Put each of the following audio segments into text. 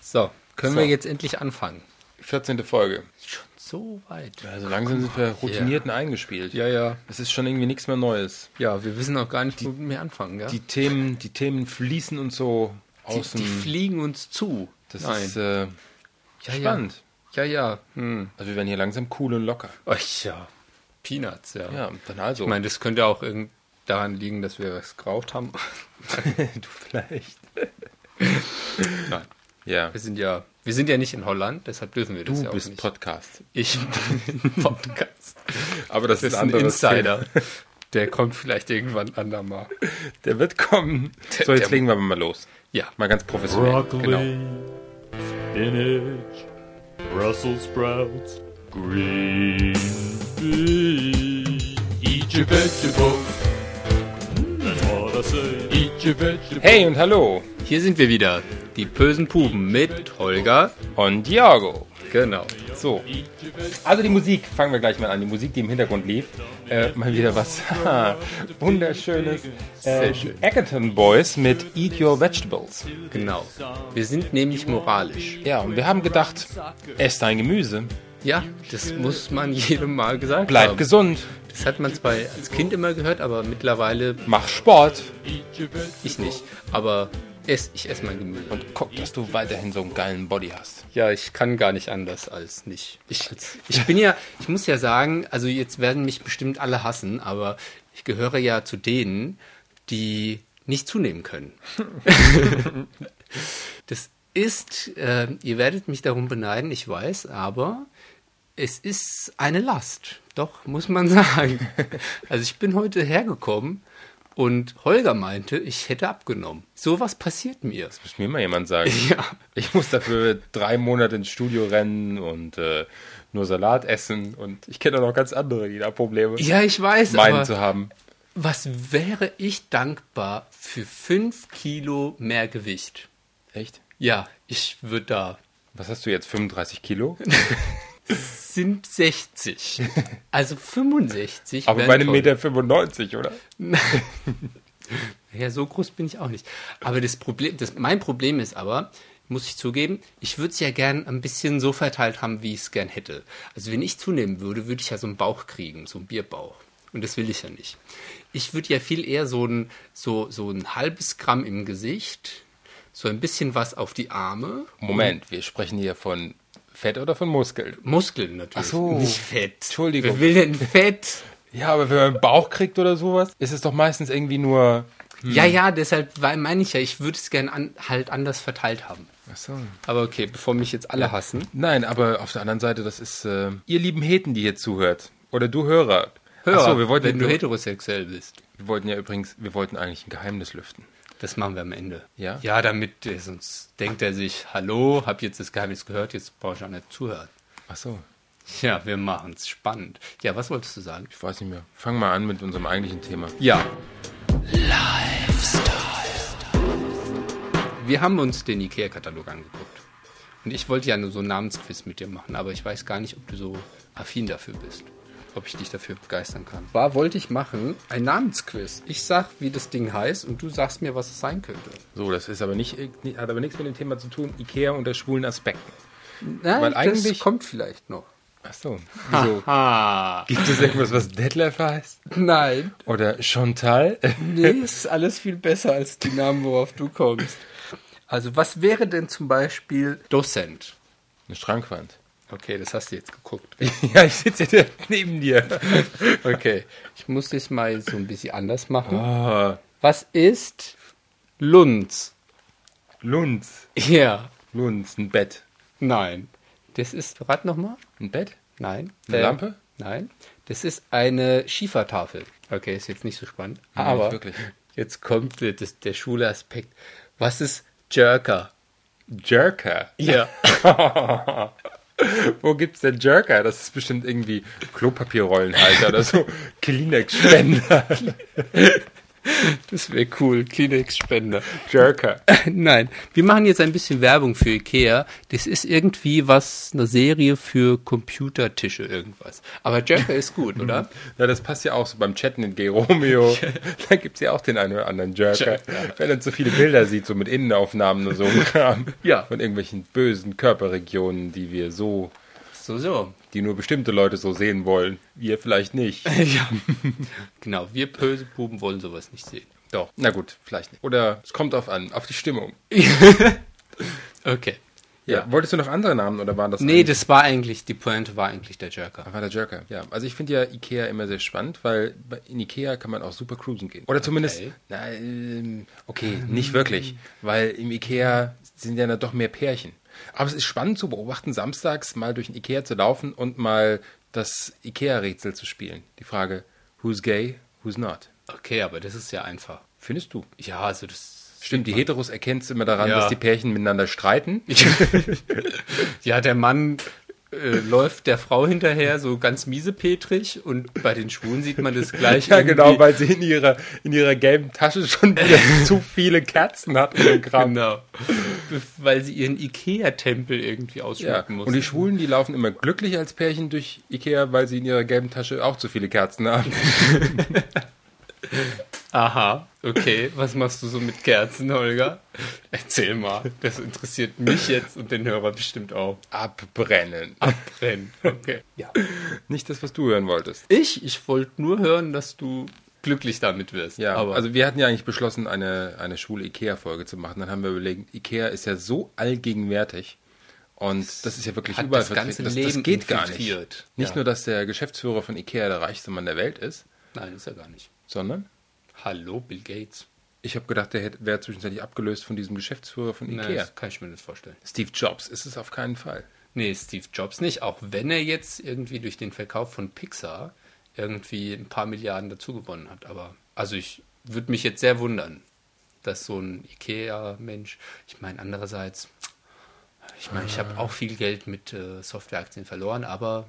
So, können So. wir jetzt endlich anfangen? 14. Folge. Schon so weit. Also langsam sind wir routiniert und eingespielt. Ja, ja. Es ist schon irgendwie nichts mehr Neues. Ja, wir wissen auch gar nicht, wo wir anfangen, gell? Die Themen, die Themen fließen uns so außen. die fliegen uns zu. das ist äh, ja, spannend. Ja, ja. ja. Hm. Also wir werden hier langsam cool und locker. Oh, ja. Peanuts, ja. Ja, dann also. Ich meine, das könnte auch irgend daran liegen, dass wir was geraucht haben. du vielleicht. Nein. Ja. Wir sind ja, wir sind ja nicht in Holland, deshalb dürfen wir das Du ja auch bist nicht. Podcast. ich bin Podcast. Aber das, Das ist ein Insider. Der kommt vielleicht irgendwann andermal. Der wird kommen. Der- so, jetzt der- legen wir aber mal los. Ja. Mal ganz professionell. broccoli, Genau. spinach, Brussels sprouts, green beans. Eat your vegetables. That's what I say. Eat your vegetables. Hey und hallo. Hier sind wir wieder. Die bösen Puben mit Holger. Und Diago. Genau. So. Also die Musik, fangen wir gleich mal an. Die Musik, die im Hintergrund lief. Äh, mal wieder was wunderschönes. Äh, die Egerton Boys mit Eat Your Vegetables. Genau. Wir sind nämlich moralisch. Ja, und wir haben gedacht, ess dein Gemüse, Ja, das muss man jedem Mal gesagt bleib haben. gesund, Das hat man zwar als Kind immer gehört, aber mittlerweile mach Sport ich nicht. Aber ess, ich esse mein Gemüse. und guck, dass du weiterhin so einen geilen Body hast. Ja, ich kann gar nicht anders als nicht. Ich, ich bin ja, ich muss ja sagen, also jetzt werden mich bestimmt alle hassen, aber ich gehöre ja zu denen, die nicht zunehmen können. das ist, äh, ihr werdet mich darum beneiden, ich weiß, aber es ist eine Last. Doch, muss man sagen. Also ich bin heute hergekommen und Holger meinte, ich hätte abgenommen. Sowas passiert mir. Muss mir mal jemand sagen. Ja. Ich muss dafür drei Monate ins Studio rennen und äh, nur Salat essen und ich kenne auch noch ganz andere, die da Probleme Ja, ich weiß, meinen aber zu haben. Was wäre ich dankbar für 5 Kilo mehr Gewicht? Echt? Ja, ich würde da. Was hast du jetzt, 35 Kilo? Sind 60. Also 65. Aber wär bei einem toll. Meter 95, oder? Ja, so groß bin ich auch nicht. Aber das Problem, das, mein Problem ist aber, muss ich zugeben, ich würde es ja gern ein bisschen so verteilt haben, wie ich es gern hätte. Also wenn ich zunehmen würde, würde ich ja so einen Bauch kriegen, so einen Bierbauch. Und das will ich ja nicht. Ich würde ja viel eher so ein, so, so ein halbes Gramm im Gesicht, so ein bisschen was auf die Arme. Moment, wir sprechen hier von Fett oder von Muskeln? Muskeln natürlich. Ach so. Nicht Fett. Entschuldigung. Wer will denn Fett? Ja, aber wenn man einen Bauch kriegt oder sowas, ist es doch meistens irgendwie nur. Ja, ja, deshalb weil- meine ich ja, ich würde es gern an, halt anders verteilt haben. Achso. Aber okay, bevor mich jetzt alle hassen. Nein, aber auf der anderen Seite, das ist. Äh, ihr lieben Heten, die hier zuhört. Oder du Hörer. Hör, Achso, wir wollten, wenn du wir, heterosexuell bist. wir wollten ja übrigens, wir wollten eigentlich ein Geheimnis lüften. Das machen wir am Ende. Ja? Ja, damit, äh, sonst denkt er sich, hallo, hab jetzt das Geheimnis gehört, jetzt brauche ich auch nicht zuhören. Achso, Ja, wir machen's spannend. Ja, was wolltest du sagen? ich weiß nicht mehr. Fang mal an mit unserem eigentlichen Thema. Ja. Lifestyle. Wir haben uns den IKEA-Katalog angeguckt. Und ich wollte ja nur so einen Namensquiz mit dir machen, aber ich weiß gar nicht, ob du so affin dafür bist. Ob ich dich dafür begeistern kann. War, wollte ich machen, ein Namensquiz. Ich sag, wie das Ding heißt und du sagst mir, was es sein könnte. So, das ist aber nicht, hat aber nichts mit dem Thema zu tun, Ikea unter schwulen Aspekten. Nein, Weil das eigentlich- kommt vielleicht noch. Achso, wieso? Ah. Gibt es irgendwas, was Detlef heißt? Nein. Oder Chantal? Nee, es ist alles viel besser als die Namen, worauf du kommst. Also, was wäre denn zum Beispiel Dozent? Eine Schrankwand. Okay, das hast du jetzt geguckt. Ja, ich sitze hier neben dir. Okay, ich muss das mal so ein bisschen anders machen. Ah, Was ist Lunz? Lunz. Ja, Lunz, ein Bett. nein. Das ist, rat nochmal? Ein Bett? Nein. Ähm, Eine Lampe? Nein. Das ist eine Schiefertafel. Okay, ist jetzt nicht so spannend. Nein, aber nicht wirklich. jetzt kommt der- das, der schwule Aspekt. Was ist Jerker? Jerker. Ja. Wo gibt's denn Jerker? Das ist bestimmt halt irgendwie Klopapierrollenhalter oder so. Kleenex-Spender. Das wäre cool. Kleenex-Spender. Jerker. Nein, wir machen jetzt ein bisschen Werbung für Ikea. Das ist irgendwie was, eine Serie für Computertische irgendwas. Aber Jerker ist gut, oder? Ja, das passt ja auch so beim Chatten in G. Romeo. da gibt es ja auch den einen oder anderen Jerker. Wenn er zu viele Bilder sieht, so mit Innenaufnahmen und so ein Kram. Ja. Von irgendwelchen bösen Körperregionen, die wir so, So, so. die nur bestimmte Leute so sehen wollen. Wir vielleicht nicht. Ja. genau, wir böse Buben wollen sowas nicht sehen. Doch. Na gut, vielleicht nicht. Oder es kommt drauf an, auf die Stimmung. Okay. Ja. Wolltest du noch andere Namen oder waren das Nee, das war eigentlich, die Pointe war eigentlich der Jerker. War der Jerker, ja. Also ich finde ja Ikea immer sehr spannend, weil bei- in Ikea kann man auch super cruisen gehen. Oder zumindest, Okay. na, ähm, okay, nicht wirklich, weil im Ikea sind ja dann doch mehr Pärchen. Aber es ist spannend zu beobachten, samstags mal durch den Ikea zu laufen und mal das Ikea-Rätsel zu spielen. Die Frage, who's gay, who's not? Okay, aber das ist ja einfach. Findest du? Ja, also das. Stimmt, die Heteros erkennst du immer daran, Ja. dass die Pärchen miteinander streiten. ja, der Mann äh, läuft der Frau hinterher so ganz miesepetrig und bei den Schwulen sieht man das gleich. Ja, genau, irgendwie. weil sie in ihrer, in ihrer gelben Tasche schon wieder zu viele Kerzen hat. und so ein Kram. Genau. Be- Weil sie ihren Ikea-Tempel irgendwie Ja. ausschmücken muss. Und die Schwulen, die laufen immer glücklich als Pärchen durch Ikea, weil sie in ihrer gelben Tasche auch zu viele Kerzen haben. Aha, okay. Was machst du so mit Kerzen, Holger? Erzähl mal. Das interessiert mich jetzt und den Hörer bestimmt auch. Abbrennen. Abbrennen. Okay. Ja. Nicht das, was du hören wolltest. Ich, ich wollte nur hören, dass du glücklich damit wirst. Ja, aber also wir hatten ja eigentlich beschlossen, eine, eine schwule Ikea-Folge zu machen. Dann haben wir überlegt, Ikea ist ja so allgegenwärtig. Und das ist ja wirklich hat überall das ganze vertreten. das, Leben das geht gar nicht. infiltriert. Nicht Ja. nur, dass der Geschäftsführer von Ikea der reichste Mann der Welt ist, nein, ist ja gar nicht. sondern Hallo, Bill Gates. ich habe gedacht, der hätte- wäre zwischenzeitlich abgelöst von diesem Geschäftsführer von Nein, Ikea. das kann ich mir nicht vorstellen. Steve Jobs ist es auf keinen Fall. Nee, Steve Jobs nicht. Auch wenn er jetzt irgendwie durch den Verkauf von Pixar irgendwie ein paar Milliarden dazu gewonnen hat. Aber also ich würde mich jetzt sehr wundern, dass so ein Ikea-Mensch, ich meine andererseits, ich meine, ich habe auch viel Geld mit äh, Softwareaktien verloren, aber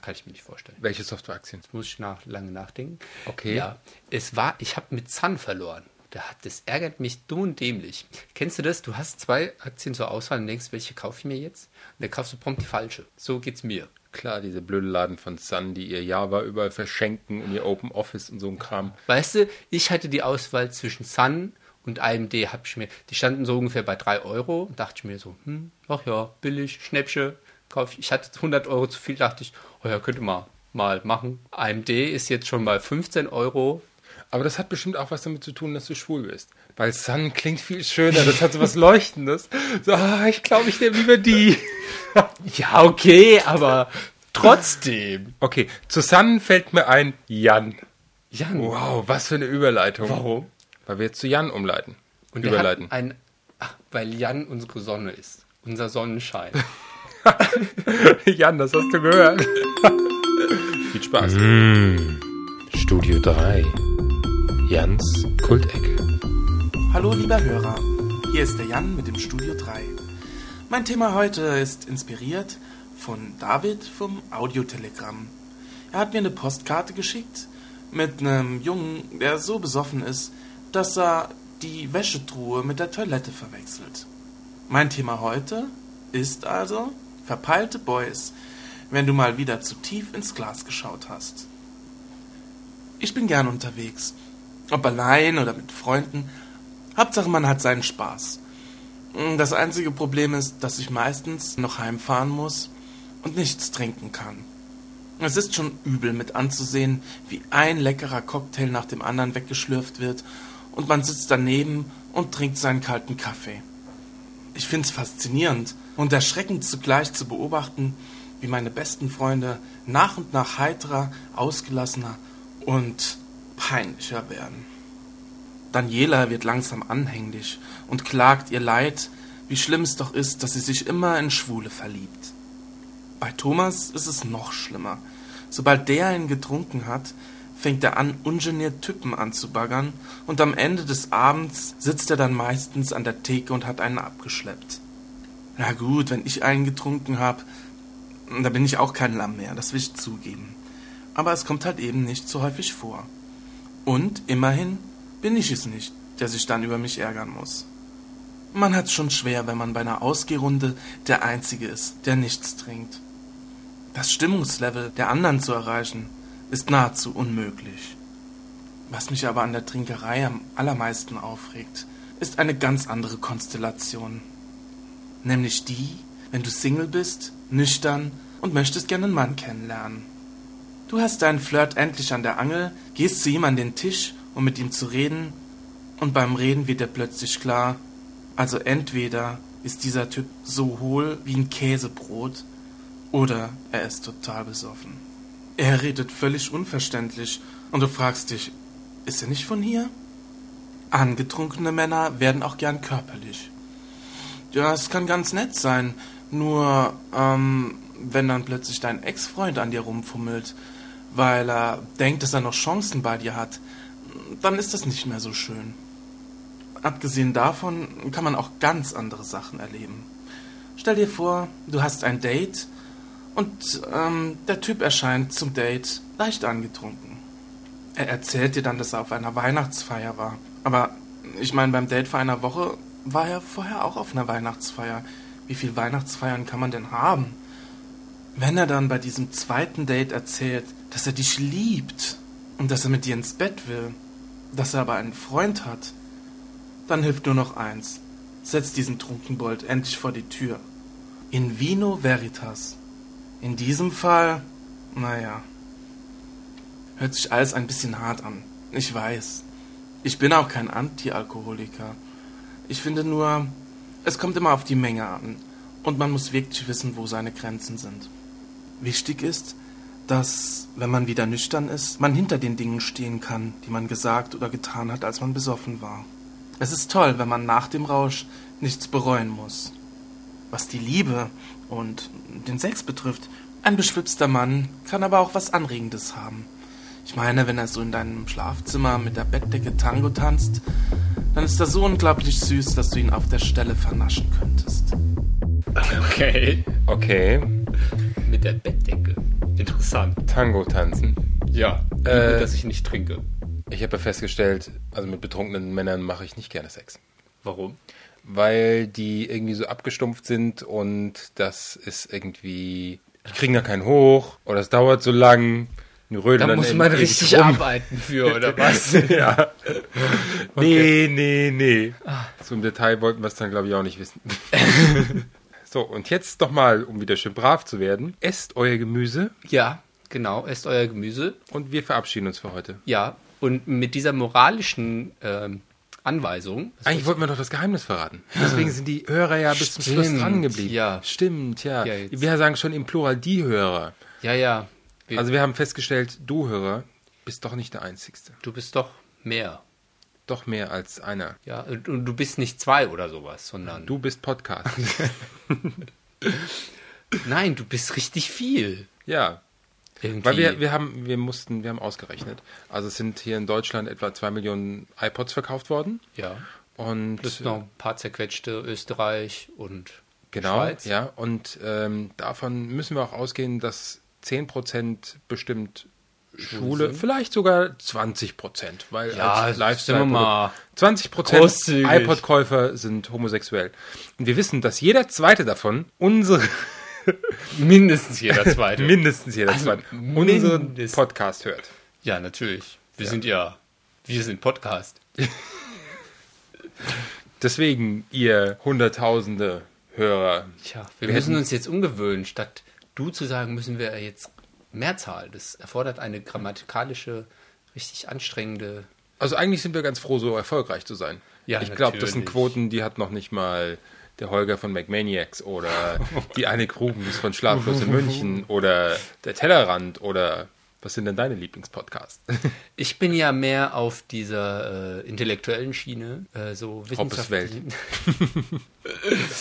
kann ich mir nicht vorstellen. Welche Softwareaktien? Muss ich nach, lange nachdenken. Okay. Ja, es war, ich habe mit Sun verloren. Da hat, das ärgert mich dumm und dämlich. Kennst du das? Du hast zwei Aktien zur Auswahl und denkst, welche kaufe ich mir jetzt? Und dann kaufst du prompt die falsche. So geht's mir. Klar, diese blöde Laden von Sun, die ihr Java überall verschenken und ihr Open Office und so ein Kram. Weißt du, ich hatte die Auswahl zwischen Sun und AMD, hab ich mir. Die standen so ungefähr bei 3 Euro und dachte ich mir so, hm, ach ja, billig, Schnäppchen, kauf ich. Ich hatte 100 Euro zu viel, dachte ich, oh ja, könnte mal, mal machen. AMD ist jetzt schon bei 15 Euro. Aber das hat bestimmt auch was damit zu tun, dass du schwul bist. Weil Sun klingt viel schöner, das hat so was Leuchtendes. So, ah, ich glaube, ich nehme lieber die. Ja, okay, aber trotzdem. Okay, zu Sun fällt mir ein Jan. Jan, Wow, was für eine Überleitung. Warum? Weil wir jetzt zu Jan umleiten. Und wir überleiten. hatten Ein, ach, weil Jan unsere Sonne ist. Unser Sonnenschein. Jan, das hast du gehört. viel Spaß. Studio 3. Jans Kultecke. Hallo lieber Hörer, hier ist der Jan mit dem Studio 3. Mein Thema heute ist inspiriert von David vom Audiotelegramm. Er hat mir eine Postkarte geschickt mit einem Jungen, der so besoffen ist, dass er die Wäschetruhe mit der Toilette verwechselt. Mein Thema heute ist also verpeilte Boys, wenn du mal wieder zu tief ins Glas geschaut hast. Ich bin gern unterwegs. Ob allein oder mit Freunden. Hauptsache, man hat seinen Spaß. Mm, Das einzige Problem ist, dass ich meistens noch heimfahren muss und nichts trinken kann. Es ist schon übel mit anzusehen, wie ein leckerer Cocktail nach dem anderen weggeschlürft wird und man sitzt daneben und trinkt seinen kalten Kaffee. Ich find's faszinierend und erschreckend zugleich zu beobachten, wie meine besten Freunde nach und nach heiterer, ausgelassener und peinlicher werden. Daniela wird langsam anhänglich und klagt ihr Leid, wie schlimm es doch ist, dass sie sich immer in Schwule verliebt. Bei Thomas ist es noch schlimmer. Sobald der einen getrunken hat, fängt er an, ungeniert Typen anzubaggern und am Ende des Abends sitzt er dann meistens an der Theke und hat einen abgeschleppt. Na gut, wenn ich einen getrunken hab, da bin ich auch kein Lamm mehr, das will ich zugeben. Aber es kommt halt eben nicht so häufig vor. Und immerhin, bin ich es nicht, der sich dann über mich ärgern muss. Man hat's schon schwer, wenn man bei einer Ausgehrunde der Einzige ist, der nichts trinkt. Das Stimmungslevel der anderen zu erreichen, ist nahezu unmöglich. Was mich aber an der Trinkerei am allermeisten aufregt, ist eine ganz andere Konstellation. Nämlich die, wenn du Single bist, nüchtern und möchtest gerne einen Mann kennenlernen. Du hast deinen Flirt endlich an der Angel, gehst zu ihm an den Tisch, um mit ihm zu reden, und beim Reden wird dir plötzlich klar, also entweder ist dieser Typ so hohl wie ein Käsebrot, oder er ist total besoffen. Er redet völlig unverständlich, und du fragst dich, ist er nicht von hier? Angetrunkene Männer werden auch gern körperlich. Ja, es kann ganz nett sein. Nur, ähm, wenn dann plötzlich dein Ex-Freund an dir rumfummelt, weil er denkt, dass er noch Chancen bei dir hat, dann ist das nicht mehr so schön. Abgesehen davon kann man auch ganz andere Sachen erleben. Stell dir vor, du hast ein Date und ähm, der Typ erscheint zum Date leicht angetrunken. Er erzählt dir dann, dass er auf einer Weihnachtsfeier war. Aber ich meine, beim Date vor einer Woche war er vorher auch auf einer Weihnachtsfeier. Wie viel Weihnachtsfeiern kann man denn haben? Wenn er dann bei diesem zweiten Date erzählt, dass er dich liebt und dass er mit dir ins Bett will, dass er aber einen Freund hat, dann hilft nur noch eins. Setz diesen Trunkenbold endlich vor die Tür. In vino veritas. In diesem Fall, naja. Hört sich alles ein bisschen hart an. Ich weiß. Ich bin auch kein Anti-Alkoholiker. Ich finde nur, es kommt immer auf die Menge an. Und man muss wirklich wissen, wo seine Grenzen sind. Wichtig ist, dass, wenn man wieder nüchtern ist, man hinter den Dingen stehen kann, die man gesagt oder getan hat, als man besoffen war. Es ist toll, wenn man nach dem Rausch nichts bereuen muss. Was die Liebe und den Sex betrifft, ein beschwipster Mann kann aber auch was Anregendes haben. Ich meine, wenn er so in deinem Schlafzimmer mit der Bettdecke Tango tanzt, dann ist er so unglaublich süß, dass du ihn auf der Stelle vernaschen könntest. Okay. Okay, Mit der Bettdecke. Interessant. Tango tanzen. Ja. Wie Äh, gut, dass ich nicht trinke. Ich habe ja festgestellt, also mit betrunkenen Männern mache ich nicht gerne Sex. Warum? Weil die irgendwie so abgestumpft sind und das ist irgendwie. Die kriegen da keinen hoch oder es dauert so lang. Die rödeln Da dann äh, muss eben man ewig richtig rum. arbeiten für, oder was? ja. Nee, nee, nee. Ah. So im Detail wollten wir es dann, glaube ich, auch nicht wissen. so, und jetzt nochmal, um wieder schön brav zu werden. Esst euer Gemüse ja, genau. Esst euer Gemüse. und wir verabschieden uns für heute. Ja. Und mit dieser moralischen ähm, Anweisung. Eigentlich wollten wir doch das Geheimnis verraten. Deswegen sind die Hörer ja bis zum Schluss Stimmt, dran geblieben. ja. Stimmt, ja. Ja, jetzt. wir sagen schon im Plural die Hörer. Ja, ja. Wir, Also wir haben festgestellt, du Hörer bist doch nicht der Einzigste. du bist doch mehr. Doch mehr als einer. Ja, und und du bist nicht zwei oder sowas, sondern Du bist Podcast. Nein, du bist richtig viel. ja, Irgendwie. Weil wir, wir haben, wir mussten, wir haben ausgerechnet. Also es sind hier in Deutschland etwa zwei Millionen iPods verkauft worden. ja. Und Plus noch ein paar zerquetschte Österreich und genau, Schweiz. ja. Und ähm, davon müssen wir auch ausgehen, dass 10% bestimmt Schwule, vielleicht sogar 20%, weil Ja, also sind wir mal 20% großzügig. iPod-Käufer sind homosexuell. Und wir wissen, dass jeder zweite davon unsere Mindestens jeder zweite. mindestens jeder Also zweite unseren mindestens. Podcast hört. ja, natürlich. Wir sind ja, wir sind Podcast. Deswegen, ihr Hunderttausende Hörer, Tja, wir, Wir müssen hätten- uns jetzt umgewöhnen. Statt du zu sagen, müssen wir jetzt Mehrzahl. Das erfordert eine grammatikalische, richtig anstrengende. Also eigentlich sind wir ganz froh, so erfolgreich zu sein. Ja, ich glaube, das sind natürlich. Quoten, die hat noch nicht mal der Holger von McManiacs oder die eine Grubens von Schlaflos in München oder der Tellerrand oder was sind denn deine Lieblingspodcasts? Ich bin ja mehr auf dieser äh, intellektuellen Schiene, äh, so Welt. wissenschaftlichen.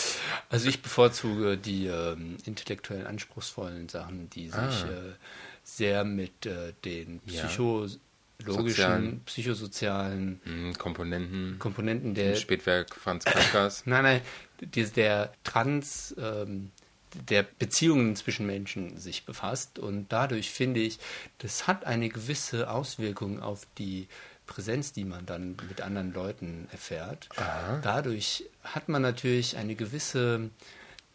also ich bevorzuge die ähm, intellektuell anspruchsvollen Sachen, die sich Ah. äh, sehr mit äh, den Ja. psychologischen, Sozialen. psychosozialen Hm, Komponenten, Komponenten der Spätwerk Franz Kafkas. Nein, nein, die, der Trans, ähm, der Beziehungen zwischen Menschen sich befasst. Und dadurch finde ich, das hat eine gewisse Auswirkung auf die Präsenz, die man dann mit anderen Leuten erfährt. Dadurch hat man natürlich eine gewisse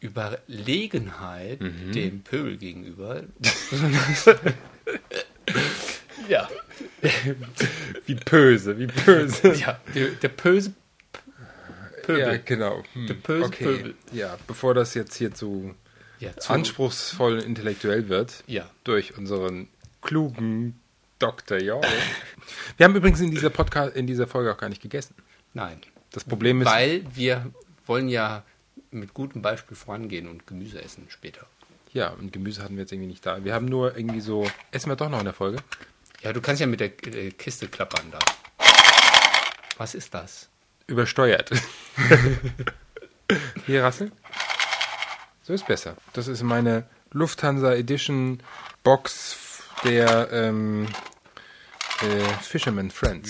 Überlegenheit dem Pöbel gegenüber. ja, Wie böse, wie böse. ja, der, der böse Ja, Pöbel. genau. Hm. Der böse Pöbel. Ja, bevor das jetzt hier zu Ja, zu- anspruchsvoll intellektuell wird, Ja. durch unseren klugen Dr. Jorge. Wir haben übrigens in dieser Podcast, in dieser Folge auch gar nicht gegessen. Nein, Das Problem ist, weil wir wollen ja mit gutem Beispiel vorangehen und Gemüse essen später. ja, und Gemüse hatten wir jetzt irgendwie nicht da. Wir haben nur irgendwie so, essen wir doch noch in der Folge. Ja, du kannst ja mit der äh, Kiste klappern da. Was ist das? Übersteuert. Hier, Rassel. So ist besser. Das ist meine Lufthansa Edition Box der ähm, äh, Fisherman Friends.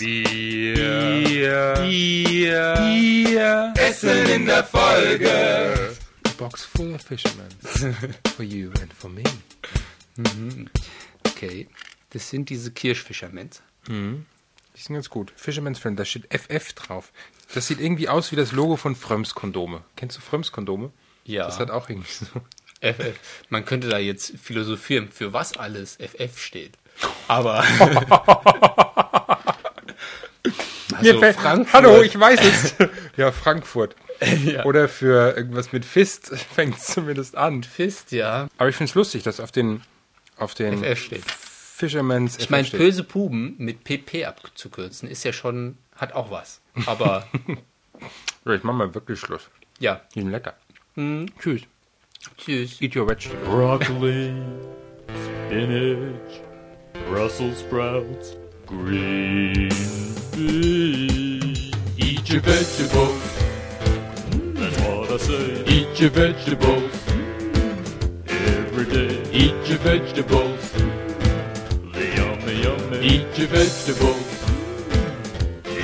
Essen in der Folge. Box full of Fishermen. For you and for me. Okay, das sind diese Kirschfischermens. Die sind ganz gut. Fisherman's Friend, da steht FF drauf. Das sieht irgendwie aus wie das Logo von Fröms Kondome. Kennst du Fröms Kondome? Ja. Das hat auch irgendwie so. FF. Man könnte da jetzt philosophieren, für was alles FF steht. Aber. Mir also fällt- Frankfurt, Hallo, ich weiß es. ja, Frankfurt. Ja. Oder für irgendwas mit Fist fängt es zumindest an. Fist, ja. Aber ich finde es lustig, dass auf den, auf den FF steht. Fisherman's Ich meine, böse Puben mit PP abzukürzen ist ja schon, hat auch was. Aber Ja, Ich mache mal wirklich Schluss. ja, Die sind lecker. Tschüss. tschüss. Eat your vegetables. Broccoli, spinach, Brussels sprouts, green beans. Eat your vegetables. That's what I say. Eat your vegetables. Every day. Eat your vegetables. The yummy, yummy. Eat your vegetables.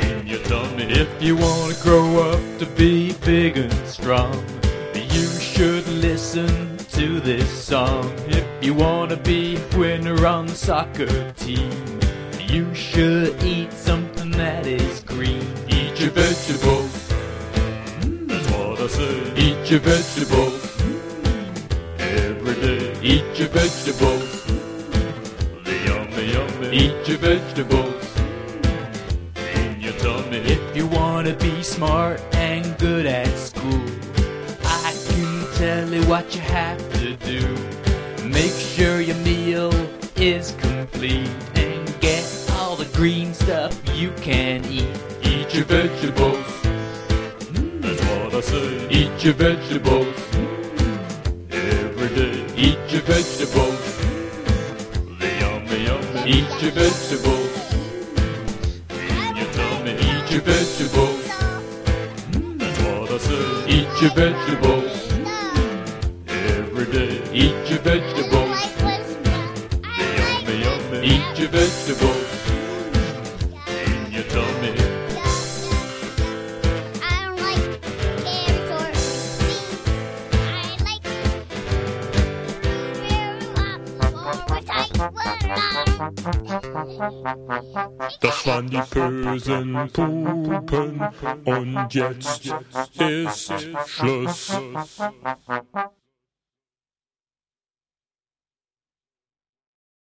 in your tummy. If you want to grow up to be big and strong, you should listen to this song. If you want to be a winner on the soccer team, you should eat something that is green. Eat your vegetables. That's what I say. Eat your vegetables. Every day. Eat your vegetables. Yummy, yummy. Eat your vegetables in your tummy. If you wanna be smart and good at school, I can tell you what you have to do. Make sure your meal is complete and get all the green stuff you can eat. Eat your vegetables. That's what I say. Eat your vegetables. Every day. Eat your vegetables. Yummy, yummy. Eat your vegetables your tummy. Eat your vegetables. That's what I say. Eat your vegetables every day. Eat your vegetables. Yummy, yummy. Eat your vegetables in your tummy. Das waren die bösen Pupen und jetzt ist Schluss.